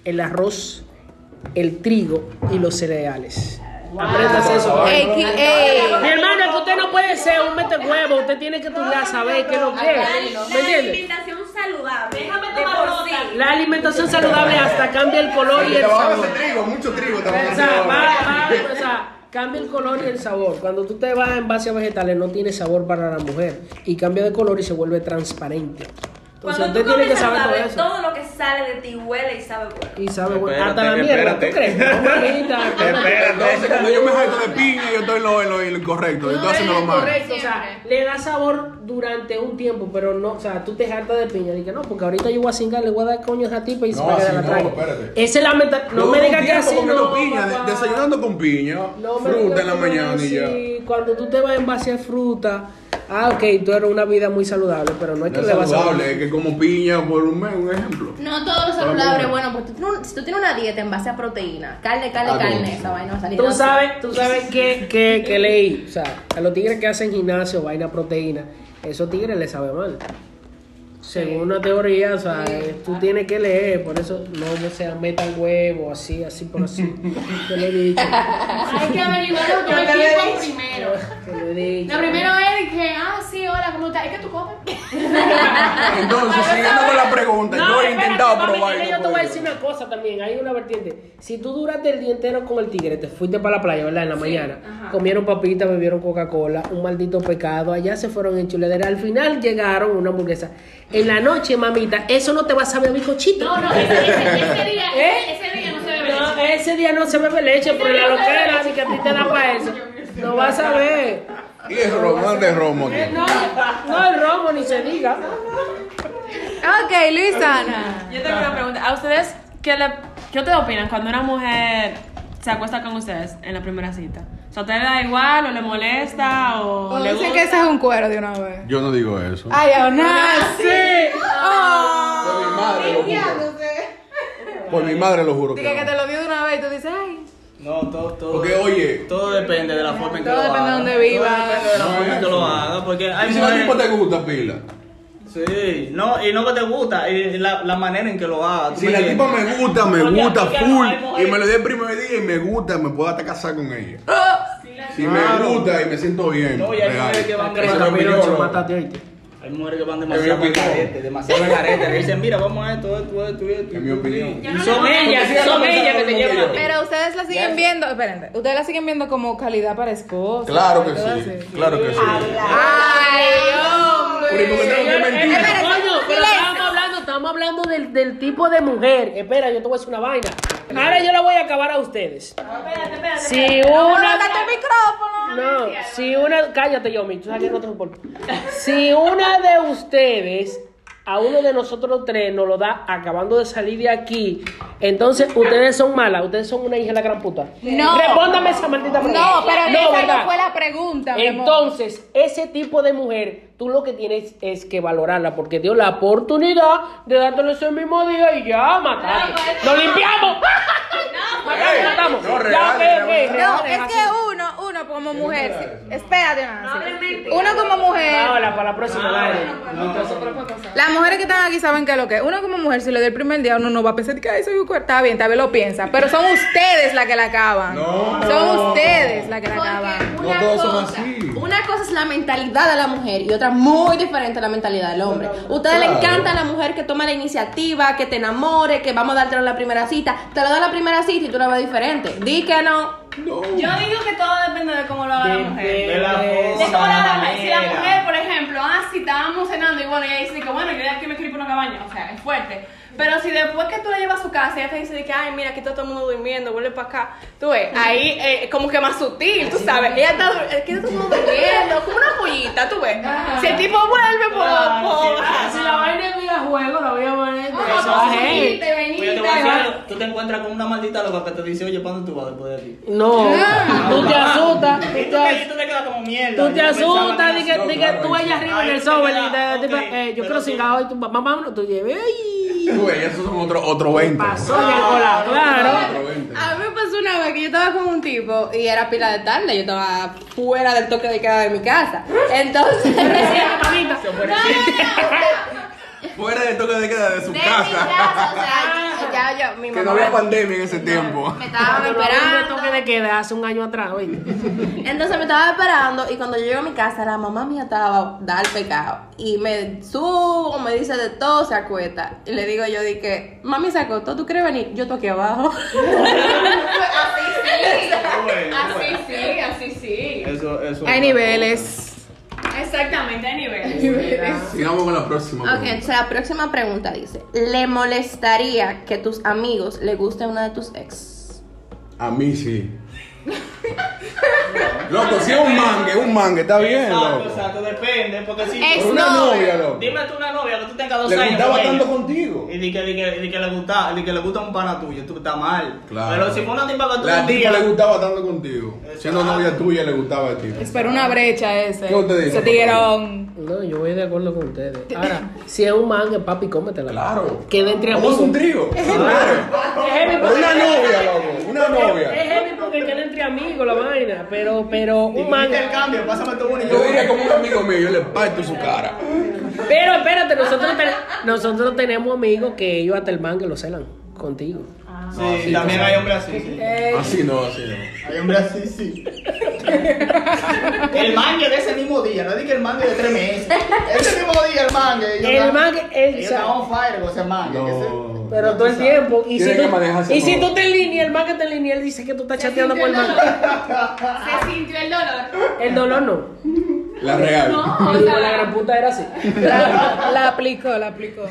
El arroz, el trigo y los cereales. Aprendas eso. eh, Mi hermana, que usted no puede ser un mete huevo, usted tiene que estudiar, saber qué es lo que es. ¿Me entiendes? alimentación saludable. Déjame tomar nota. La alimentación saludable hasta cambia el color y el Te van a sabor. hacer trigo, mucho trigo te O van a hacer sea, ahora. va- va- o sea, cambia el color y el sabor. Cuando tú te vas en base a vegetales, no tiene sabor para la mujer. Y cambia de color y se vuelve transparente. Entonces, Cuando usted tú tiene comes que saber todo saludable, eso. todo lo que sale de ti huele y sabe bueno. Y sabe bueno. Espérate, Hasta la mierda, ¿tú espérate. crees? Entonces, cuando yo me jacto de piña, yo estoy en lo, en lo- en lo incorrecto. Yo estoy haciendo lo malo. Correcto, o sea, le da sabor durante un tiempo, pero no, o sea, tú te jartas de piña. Dije, no, porque ahorita yo voy a cingar, le voy a dar coño a esa tipa y se No, va a así quedar la no, traga. espérate. Esa es la mentalidad. No Yo me un digas que tiempo así comiendo no, piña, de- papá. desayunando con piña, No me fruta digas en la que no, mañana y ya. sí, Cuando tú te vas en base a fruta, ah, ok, tú eres una vida muy saludable, pero no es No que es le vas a saludable, es que como piña por un mes, un ejemplo. No todo lo saludable, bueno, porque tú tienes un- si tú tienes una dieta en base a proteína, carne, carne, Ah, carne, no. esa vaina va a salir. Tú no sé. sabes, tú sabes que, que, que leí, o sea, a los tigres que hacen gimnasio, vaina proteína, esos tigres les sabe mal. Según una teoría, o sea, eh, tú tienes que leer, por eso no se metan huevo, así, así por así. Te lo he dicho. Hay que averiguar lo que Yo te lo he equipo dicho. primero. Te lo he dicho. Lo primero es que, ah, sí, hola, ¿cómo estás? Es que tú comes. Entonces, siguiendo con la pregunta, No, yo he espérate, intentado mami, probar. que y no Yo te voy a puedo. decir una cosa también, hay una vertiente. Si tú duraste el día entero con el tigre, te fuiste para la playa, ¿verdad? En la mañana, comieron papitas, bebieron Coca-Cola, un maldito pecado, allá se fueron en chuladera, al final llegaron una hamburguesa. En la noche, mamita, eso no te va a saber a bizcochito. No, no, ese, ese- ese día, ¿Eh? ese día no se bebe No, leche. ese día no se bebe leche, pero la loquera, así que a ti te da para eso. No vas a ver. Y es romo, ¿dónde es romo aquí? No, no el romo ni se diga. Ok, Luisana. Yo tengo una pregunta. ¿A ustedes qué, le, qué te opinan cuando una mujer se acuesta con ustedes en la primera cita? O sea, ¿te le da igual o le molesta o, O le Dicen gusta? que ese es un cuero de una vez. Yo no digo eso. Ay, Aonaz, sí. Oh. Por mi madre, lo juro. Por mi madre, lo juro. que Dije que no. te lo dio de una vez y tú dices, ay. No, todo, todo. Porque, oye, Todo depende de la forma en que Todo lo haga. depende de donde viva. Todo depende de la No, forma en que eso. lo haga. Porque hay ¿y si la mujeres- tipa te gusta, pila? Sí, no, y no que te gusta, y la, la manera en que lo haga. ¿tú Si me la tipa entiendes? me gusta, me Porque gusta aquí ya full. hay mujeres. Y me lo dio el primer día y me gusta, me puedo hasta casar con ella. Ah. Si me Claro. gusta y me siento bien. No, y hay real. mujeres que van Esa es mi demasiado opinión, pinocho, loco. Mátate, oíste. Hay mujeres que van Es mi demasiado opinión. carete, demasiado carete. Le dicen, mira, vamos a esto, esto, esto, esto. Es mi opinión. Y son ellas, son ellas que te llevan a ti. Pero ustedes la siguen viendo, espérense, ustedes la siguen viendo como calidad para esposa. Claro y que todo sí, así. claro que sí. Ay, Pero ¿y por qué hombre. tengo que mentir? Coño, pero estamos hablando, estamos hablando del, del tipo de mujer. Espera, yo te voy a decir una vaina. Ahora yo la voy a acabar a ustedes. Espérate, espérate. Si No, una. date el micrófono. No, si una. Cállate, Yomi, tú sabes que no te soporto. Si una de ustedes, a uno de nosotros tres, nos lo da acabando de salir de aquí, entonces ustedes son malas, ustedes son una hija de la gran puta. No. Respóndame esa maldita pregunta. No, pero esa ¿verdad? Eh, no fue la pregunta, mi amor. Entonces, ese tipo de mujer, tú lo que tienes es que valorarla porque dio la oportunidad de dártelo ese mismo día y ya, matamos. ¡Nos limpiamos! ¡Matamos, matamos! no, real, Ya, real, ok, real. ok, No, real, es real. que uno, uno como mujer, sí. espérate, Nancy. hables mentira. Uno como mujer, Ahora, para la próxima, dale. las mujeres que están aquí saben que lo que es. Uno como mujer, si lo del primer día, uno no va a pensar que ay, soy un cuerpo. Está bien, tal vez lo piensa, pero son ustedes las que la acaban. No. Son ustedes las que la acaban. Porque No una todos son cosa, así. una cosa es la mentalidad de la mujer y otra muy diferente a la mentalidad del hombre. Ustedes le Claro. encanta a la mujer que toma la iniciativa, que te enamore, que vamos a dártelo en la primera cita. Te lo da en la primera cita y tú la ves diferente. Di que no. No. Yo digo que todo depende de cómo lo haga la mujer. De la De cómo lo forma, haga la la mujer. Si la mujer, manera. por ejemplo, ah, si estábamos cenando y bueno, ella dice que bueno, yo de aquí me quiero ir por una cabaña, o sea, es fuerte. Pero si después que tú la llevas a su casa, ella te dice de que, ay, mira, aquí está todo el mundo durmiendo, vuelve para acá. Tú ves, ahí eh, como que más sutil, tú sabes. Ella está, dur- aquí está todo el mundo durmiendo. vuelta, tú pues. ves. Si el tipo vuelve, pues. pues- Si la vaina es vida juego, la voy a poner. Ah, Eso pues, es heavy. venite, venite. Pues yo te voy a decir algo, tú te encuentras con una maldita loca que te dice, oye, ¿para dónde tú vas después de ti? No, tú te asustas, Y tú tú te te- y tú te quedas como mierda. Tú te asustas, di que, di que tú ella arriba en el sobre, y y te- te- eh, yo quiero cingar hoy, tu mamá, vámonos, tú lleves. ¡Ay! Tú ves, esos son otro, otro 20. Pasó ya el cola, claro. Otro 20. A mí me pasó una vez que yo estaba con un tipo y era pila de tarde, yo estaba fuera del toque de queda de mi casa. Entonces, Fuera del toque de queda de su de mi casa, casa. o sea, ya, ya, mi que mamá no había pandemia en ese tiempo. me estaba Pero esperando. no toque de queda hace un año atrás, oye. Entonces me estaba esperando y cuando yo llego a mi casa, la mamá mía estaba dar pecado. Y me subo, me dice de todo, se acuesta. Y le digo yo, dije, mami se acostó, ¿tú quieres venir? Yo toqué abajo. Así sí, así sí. Eso, eso. Hay niveles. Exactamente, hay niveles. Sigamos con la próxima. pues. Ok, pregunta. entonces la próxima pregunta dice, ¿le molestaría que tus amigos le guste una de tus ex? A mí sí. Loco, si es un mangue, un mangue, está bien, Exacto, loco. exacto, depende, porque si... Ex Eh. Por una novia, loco. Dime tú una novia que tú tengas dos Le años. gustaba con ella. tanto contigo. Y di que, di que, di que le gusta, di que le gusta un pana tuyo, tú estás mal. Claro. Pero si fue una tipa que tú La un tipa día- le gustaba tanto contigo. Exacto. Siendo novia tuya, le gustaba a ti. Pero una brecha ese. ¿Qué usted dice, Se papá? tiraron. No, yo voy de acuerdo con ustedes. Ahora, si es un mangue, papi, cómetela. Claro. Queda entre Somos amigos. un trío. Claro. Es heavy porque- Una novia, loco. Una Es novia. heavy porque queda entre amigos la vaina, pero, pero Di que un hiciste mangue. el cambio, pásame tu uno y Yo diría como un amigo mío, yo le parto su cara. Pero espérate, nosotros, ten- nosotros tenemos amigos que ellos hasta el mangue lo celan contigo. Sí, también hay hombres así, sí. Así no, así no. Hay hombres así, sí. El mangue de ese mismo día, no di que el mangue de tres meses. Ese mismo día el mangue. ellos El estaban- mangue, el- ellos estaban on fire con ese mangue. que No. se- Pero todo ya tú el sabes. tiempo. Y si, Tiene tú, que manejarse y si todo. tú te en línea, el mangue te en línea, él dice que tú estás chateando por el mangue. Se sintió el dolor. El dolor no. La real. No, o El hijo de la sea, gran puta era así. La, la aplicó, la aplicó.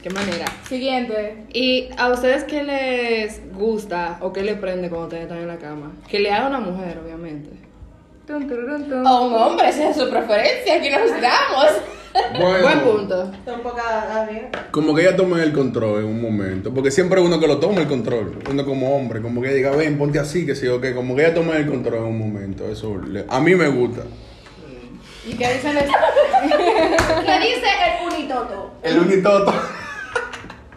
Qué manera. Siguiente. ¿Y a ustedes qué les gusta o qué les prende cuando ustedes están en la cama? Que le haga una mujer, obviamente. Tum, tururun, tum. O un hombre, esa es su preferencia, aquí nos gustamos. Buen punto. Como que ella tome el control en un momento. Porque siempre uno que lo toma el control. Uno como hombre. Como que diga, ven, ponte así, que sí, o que. Como que ella tome el control en un momento. Eso le- a mí me gusta. ¿Y qué dicen eso? ¿qué dice el unitoto? El unitoto.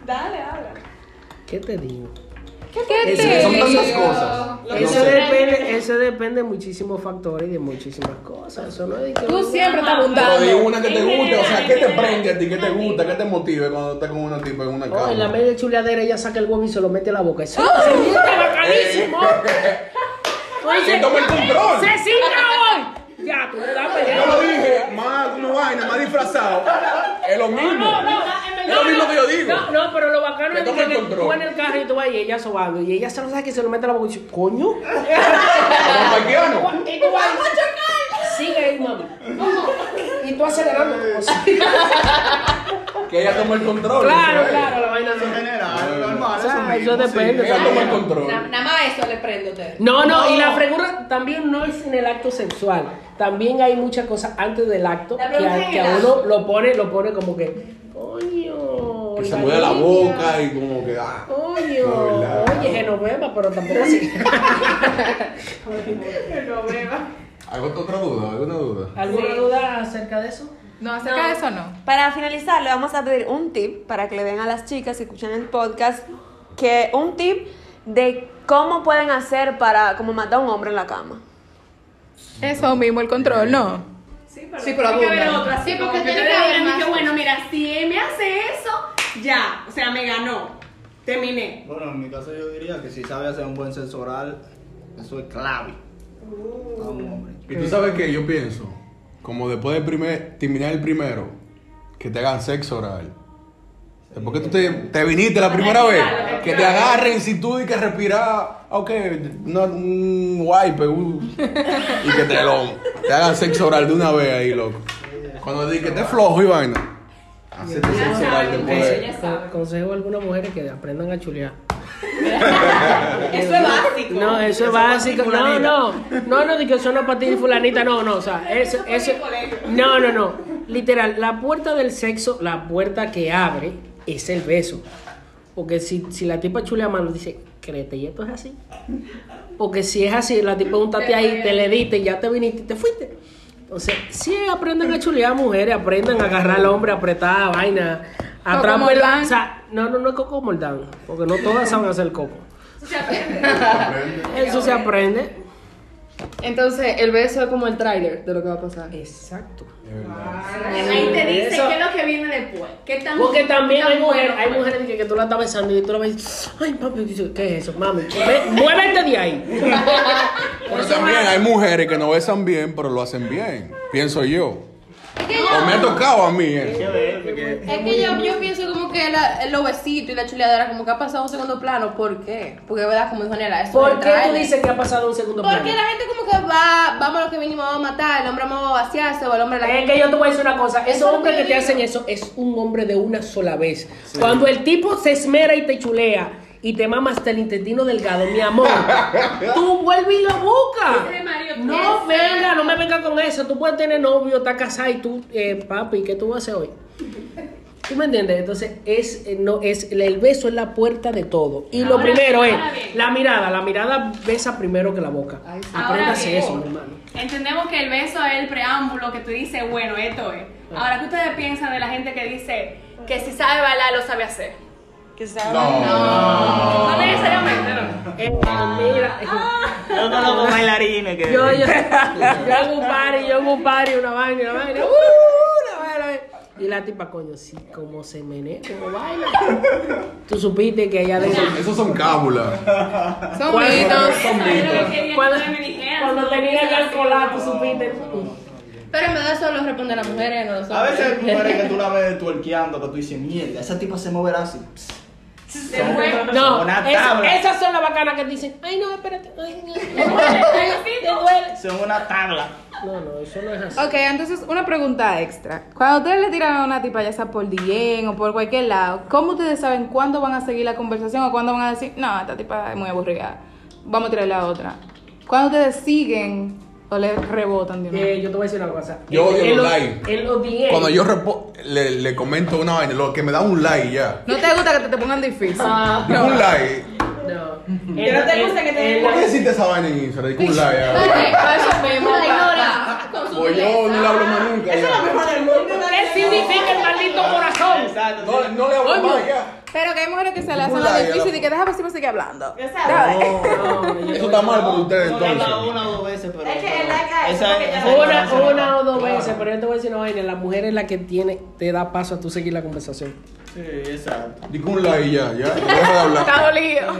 Dale, habla. ¿Qué te digo? ¿Qué Eso- te Son tantas digo? cosas. No Eso sé. depende, eso depende de muchísimos factores y de muchísimas cosas. Eso no es de que Tú siempre estás Pero hay abundando. una que te guste, o sea, ¿qué te prende a ti? ¿Qué te gusta? ¿Qué te motive cuando estás con una tipa en una Oh, en la cama? media chuleadera ella saca el huevo y se lo mete a la boca. Eso se siente bacanísimo. ¡Que tome el control! ¡Se sienta hoy! Ya, tú le das pelea. Yo lo dije, más como vaina, más disfrazado. Es lo mismo. No, no, Es lo mismo que yo digo. No, no, pero lo bacano Que es tome que el control. tú vas en el carro y tú vas y ella sobando. Y ella se lo saca y se lo mete a la boca y dice, coño. Como parquiano. Y tú vas Sigue ahí, mami. Y tú acelerando. Que ella tome el control. Claro, eso es. claro, la vaina En no. general, normal, O sea, eso eso mismo, sí. depende. Ella toma el control. Na- Nada más eso le prende a usted. No, no, y la fregura también no es en el acto sexual. También hay muchas cosas antes del acto La que, pregunta a, que a general. uno lo pone, lo pone como que, coño. Que se la mueve la niña, boca y como que. ah. Coño. La verdad. Oye, Genoveva, pero tampoco así. ¿Hay otra duda? ¿Alguna duda? ¿Alguna duda acerca de eso? No, acerca de eso no. Para finalizar, le vamos a pedir un tip para que le den a las chicas que escuchan el podcast, que un tip de cómo pueden hacer para como matar a un hombre en la cama. Eso mismo, el control, no. Sí, pero, Sí, pero tiene que haber abunda. otra. Sí, Sí, porque porque tiene te que haber digan más. que bueno, mira, si él me hace eso, ya, o sea, me ganó. Terminé. Bueno, en mi caso yo diría que si sabe hacer un buen sexo oral, eso es clave. Uh. A un hombre. Y tú sabes que yo pienso, como después del primer, terminar el primero, que te hagan sexo oral. Después que tú te, te viniste la primera vez, que te agarren sin tú y que respirar, ah, ok, no, un wipe, uh, y que te lo, te hagan sexo oral de una vez ahí, loco. Cuando di que te flojo y vaina, hacete sexo oral después. de- Consejo a algunas mujeres que aprendan a chulear. Eso es básico. No, eso es básico. No, no. No, no, de que son para ti fulanita. No, no, o sea, eso, eso. No, no, no. Literal, la puerta del sexo, la puerta que abre, es el beso. Porque si, si la tipa chulea mano, dice, créete, y esto es así. Porque si es así, la tipa untate ahí, te le diste, ya te viniste y te fuiste. Entonces, sí, aprendan a chulear mujeres, aprendan a agarrar al hombre, apretar vaina, atrapar. Moldán. O sea, no, no, no es coco moldán, porque no todas saben hacer coco. Eso se aprende. Entonces, el beso es como el tráiler de lo que va a pasar. Exacto. Ah. Ahí te dice Eso- qué es lo que viene después. ¿Qué tan Porque también qué tan hay mujeres, bueno hay fue. mujeres que, que tú la estás besando y tú la ves, ay papi, dice, ¿qué es eso? Mami, ve- muévete de ahí. Pero también hay mujeres que no besan bien, pero lo hacen bien. Pienso yo. Es que O me ha yo, tocado a mí eh. eso. es que yo, yo pienso como que la, el besito y la chuleadera como que ha pasado a un segundo plano. ¿Por qué? Porque, ¿verdad? Como dijo Nela, eso es ¿Por el qué tú trailer. dices que ha pasado un segundo plano? Porque la gente como que va, vamos a lo que vinimos, vamos a matar, el hombre vamos a vaciarse, o el hombre la Es Eh, que yo te voy a decir una cosa, esos Eso es lo hombres que que te yo hacen eso es un hombre de una sola vez. Cuando el tipo se esmera y te chulea y te mama hasta el intestino delgado, mi amor, tú vuelves y lo buscas. No venga, no me venga con eso. Tú puedes tener novio, estás casada y tú, eh, papi, ¿qué tú vas a hacer hoy? ¿Tú me entiendes? Entonces, es, eh, no, es, el beso es la puerta de todo. Y lo Ahora, primero es ahora bien. la mirada. La mirada besa primero que la boca. Apréndase bien. eso, mi hermano. Entendemos que el beso es el preámbulo que tú dices, bueno, esto es. Ah. Ahora, ¿qué ustedes piensan de la gente que dice que si sabe bailar, lo sabe hacer? Que si sabe bailar. No, no necesariamente, no. Eh, mira, Ah. Ah. Yo conozco bailarines que. Yo, yo, yo hago un party, yo hago un party, una vaina, una vaina, uh, una vaina. Y la tipa, coño, sí, como se menea, como baila. Tú supiste que allá adentro. Esos son cábulas. Son ¿Cuál? mitos. Eso es lo que quería que Cuando, ustedes me dijeran. cuando ¿no? tenía Eso que es alcoholar, así. tú supiste. Pero en verdad eso lo responden las mujeres, no los A hombres. veces hay mujeres que tú la ves tuerqueando, que tú dices, mierda, esa tipa se moverá así. Se mueve. No, Una esa- tabla. esas son las bacanas que dicen, ay, no, espérate. ay, no, Se mueve, se mueve. Son una tabla. No, no, eso no es así. Ok, entonces una pregunta extra. Cuando ustedes le tiran a una tipa, ya sea por DM o por cualquier lado, ¿cómo ustedes saben cuándo van a seguir la conversación o cuándo van a decir, no, esta tipa es muy aburrida, vamos a tirarle a otra? ¿Cuándo ustedes siguen o le rebotan de una vez? Eh, yo te voy a decir una cosa. Yo odio En los los- likes. En los 10. Cuando yo repo- le, le comento una vaina, lo que me da un like ya. ¿No te gusta que te pongan difícil? Ah. Un like. No. Que no te gusta que te en- ¿Por qué hiciste esa vaina en Instagram? Un like ya. La ignora con su Pues yo no le hablo más nunca. ya. ¿Qué significa el maldito corazón? No, no le hablo más ya. Pero que hay mujeres que se le hacen Ningún la like, difícil la- y que déjame ver si me sigue hablando. No, yo- Eso está mal por ustedes No, entonces. una, una o dos veces, pero. Es que pero- en la calle, esa- porque ya esa- Una, esa- una o dos veces, pero yo te voy a decir una vaina, la mujer es la que tiene, te da paso a tú seguir la conversación. Sí, exacto. Digo un like ya, ya. Deja de hablar. Está dolido.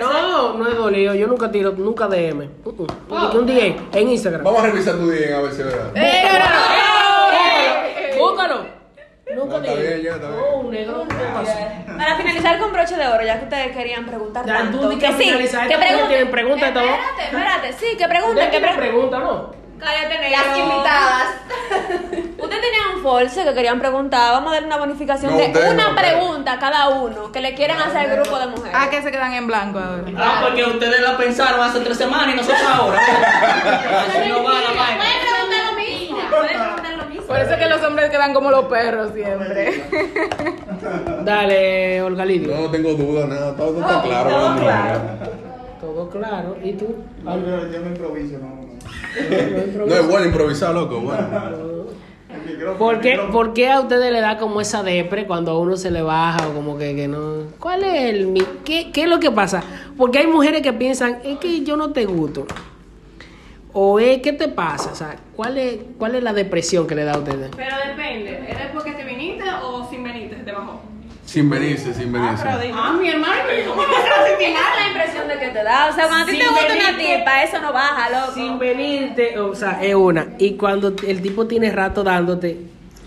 No, no es dolido, yo nunca tiro, nunca DM. Uh -uh. Ni Un día en Instagram. Vamos a revisar tu DM a ver si es verdad. Eh, no, no, Búscalo, búscalo. Nunca No, está DM. bien, ya, está bien. No, un negro, ¿qué pasó? Para finalizar con broche de oro, ya que ustedes querían preguntar Ya, tú tanto. di que Que sí, finalizar, que esta mujer tiene pregunten. preguntas y todo. Espérate, espérate, sí, que pregunten, que ¿Qué pregunten. pregunta, no? Cállate, negro. Las invitadas. Ustedes tenían un force que querían preguntar. Vamos a darle una bonificación No, de ustedes una no, ustedes. pregunta a cada uno que le quieran hacer al grupo de mujeres. Ah, que se quedan en blanco ahora. Ah, porque ustedes la pensaron hace tres semanas y nosotros ahora. Ah, Así no va la vaina. Pueden preguntar lo mismo. Pueden preguntar lo mismo. Por eso es que los hombres quedan como los perros siempre. Dale, Olga Lidia. No, no tengo duda, nada. Todo está claro. ahora mismo, ya. Todo claro, ¿y tú? No, pero yo me improviso, no, no. No es bueno improvisar, loco. Bueno. El micrófono, ¿Por el qué, micrófono. por qué a ustedes le da como esa depre cuando a uno se le baja o como que, que no? ¿Cuál es el mi- qué, qué es lo que pasa? Porque hay mujeres que piensan, es que yo no te gusto. O es, ¿qué te pasa? O sea, ¿cuál es, cuál es la depresión que le da a ustedes? Pero depende, ¿es después que te viniste o sin venirte te bajó? Sin venirse, sin venirse. Ah, mi hermano, ¿cómo me Esa es la impresión de que te da. O sea, cuando a ti Sin te gusta una venirte. tipa, eso no baja, loco. Sin venirte, o sea, es una. Y cuando el tipo tiene rato dándote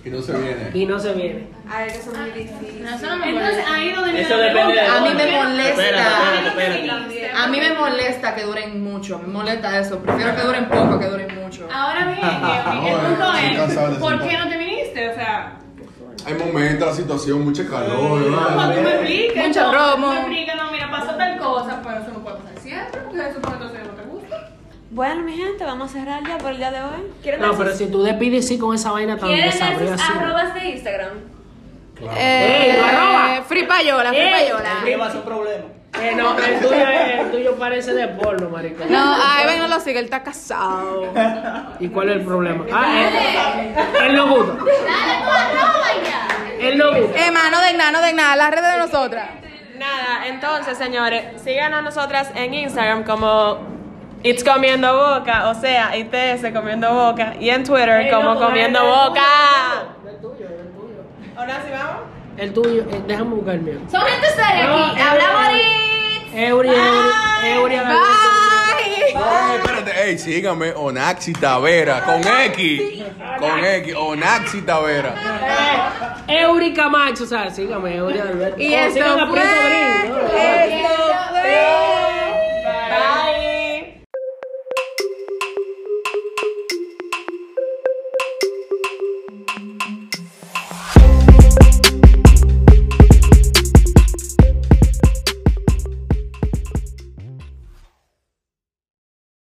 Y no se viene. y no se viene. Ay, que son muy difíciles. Entonces, ahí es donde Eso depende de A mí me Espérate, molesta. espérate, espérate. A mí me molesta que duren mucho. Me molesta eso. Prefiero que duren poco que duren mucho. Ahora bien, Eury, el No, punto estoy cansado es, de ¿por sentar. qué no te viniste? O sea, Hay momentos, la situación, mucha calor. no, ¿no? tú me explicas. Mucho no, romo. Tú me explicas, no, mira, pasó tal cosa, pero eso no puede pasar pues, siempre, porque eso por entonces no te gusta. Bueno, mi gente, vamos a cerrar ya por el día de hoy. ¿Quieren No, dar pero sus- si tú despides sí con esa vaina tan ¿Quieren dar desabrió sus así. arrobas de Instagram? Eh, ¡Ey, arroba! free payola, free Ey, payola. Lleva su problema. Eh, no, el tuyo, es- el tuyo parece de porno, maricón. No, a Evan no lo sigue, él está casado. ¿Y cuál es el problema? Ah, él, él no gusta. Dale tu arroba ya. Él no gusta. Eh, ma, no den nada, no den nada, las redes de nosotras. Nada, entonces señores, síganos nosotras en Instagram como It's Comiendo Boca, o sea, ITS Comiendo Boca, y en Twitter Ey, como loco, Comiendo dale, dale, Boca. El tuyo, el tuyo. Ahora sí vamos. El tuyo, eh, déjame buscar el mío. Son gente seria No, aquí. eh, Hablamos Eury, Eury, Eury, Ay, espérate, ey, sígame, Onaxi Tavera, con X, con X, Onaxi Tavera. Eury Camacho, o sea, sígame, Eury Alberto. Y Oh, esto sígame a Prieto fue- Green, ¿no? Esto fue.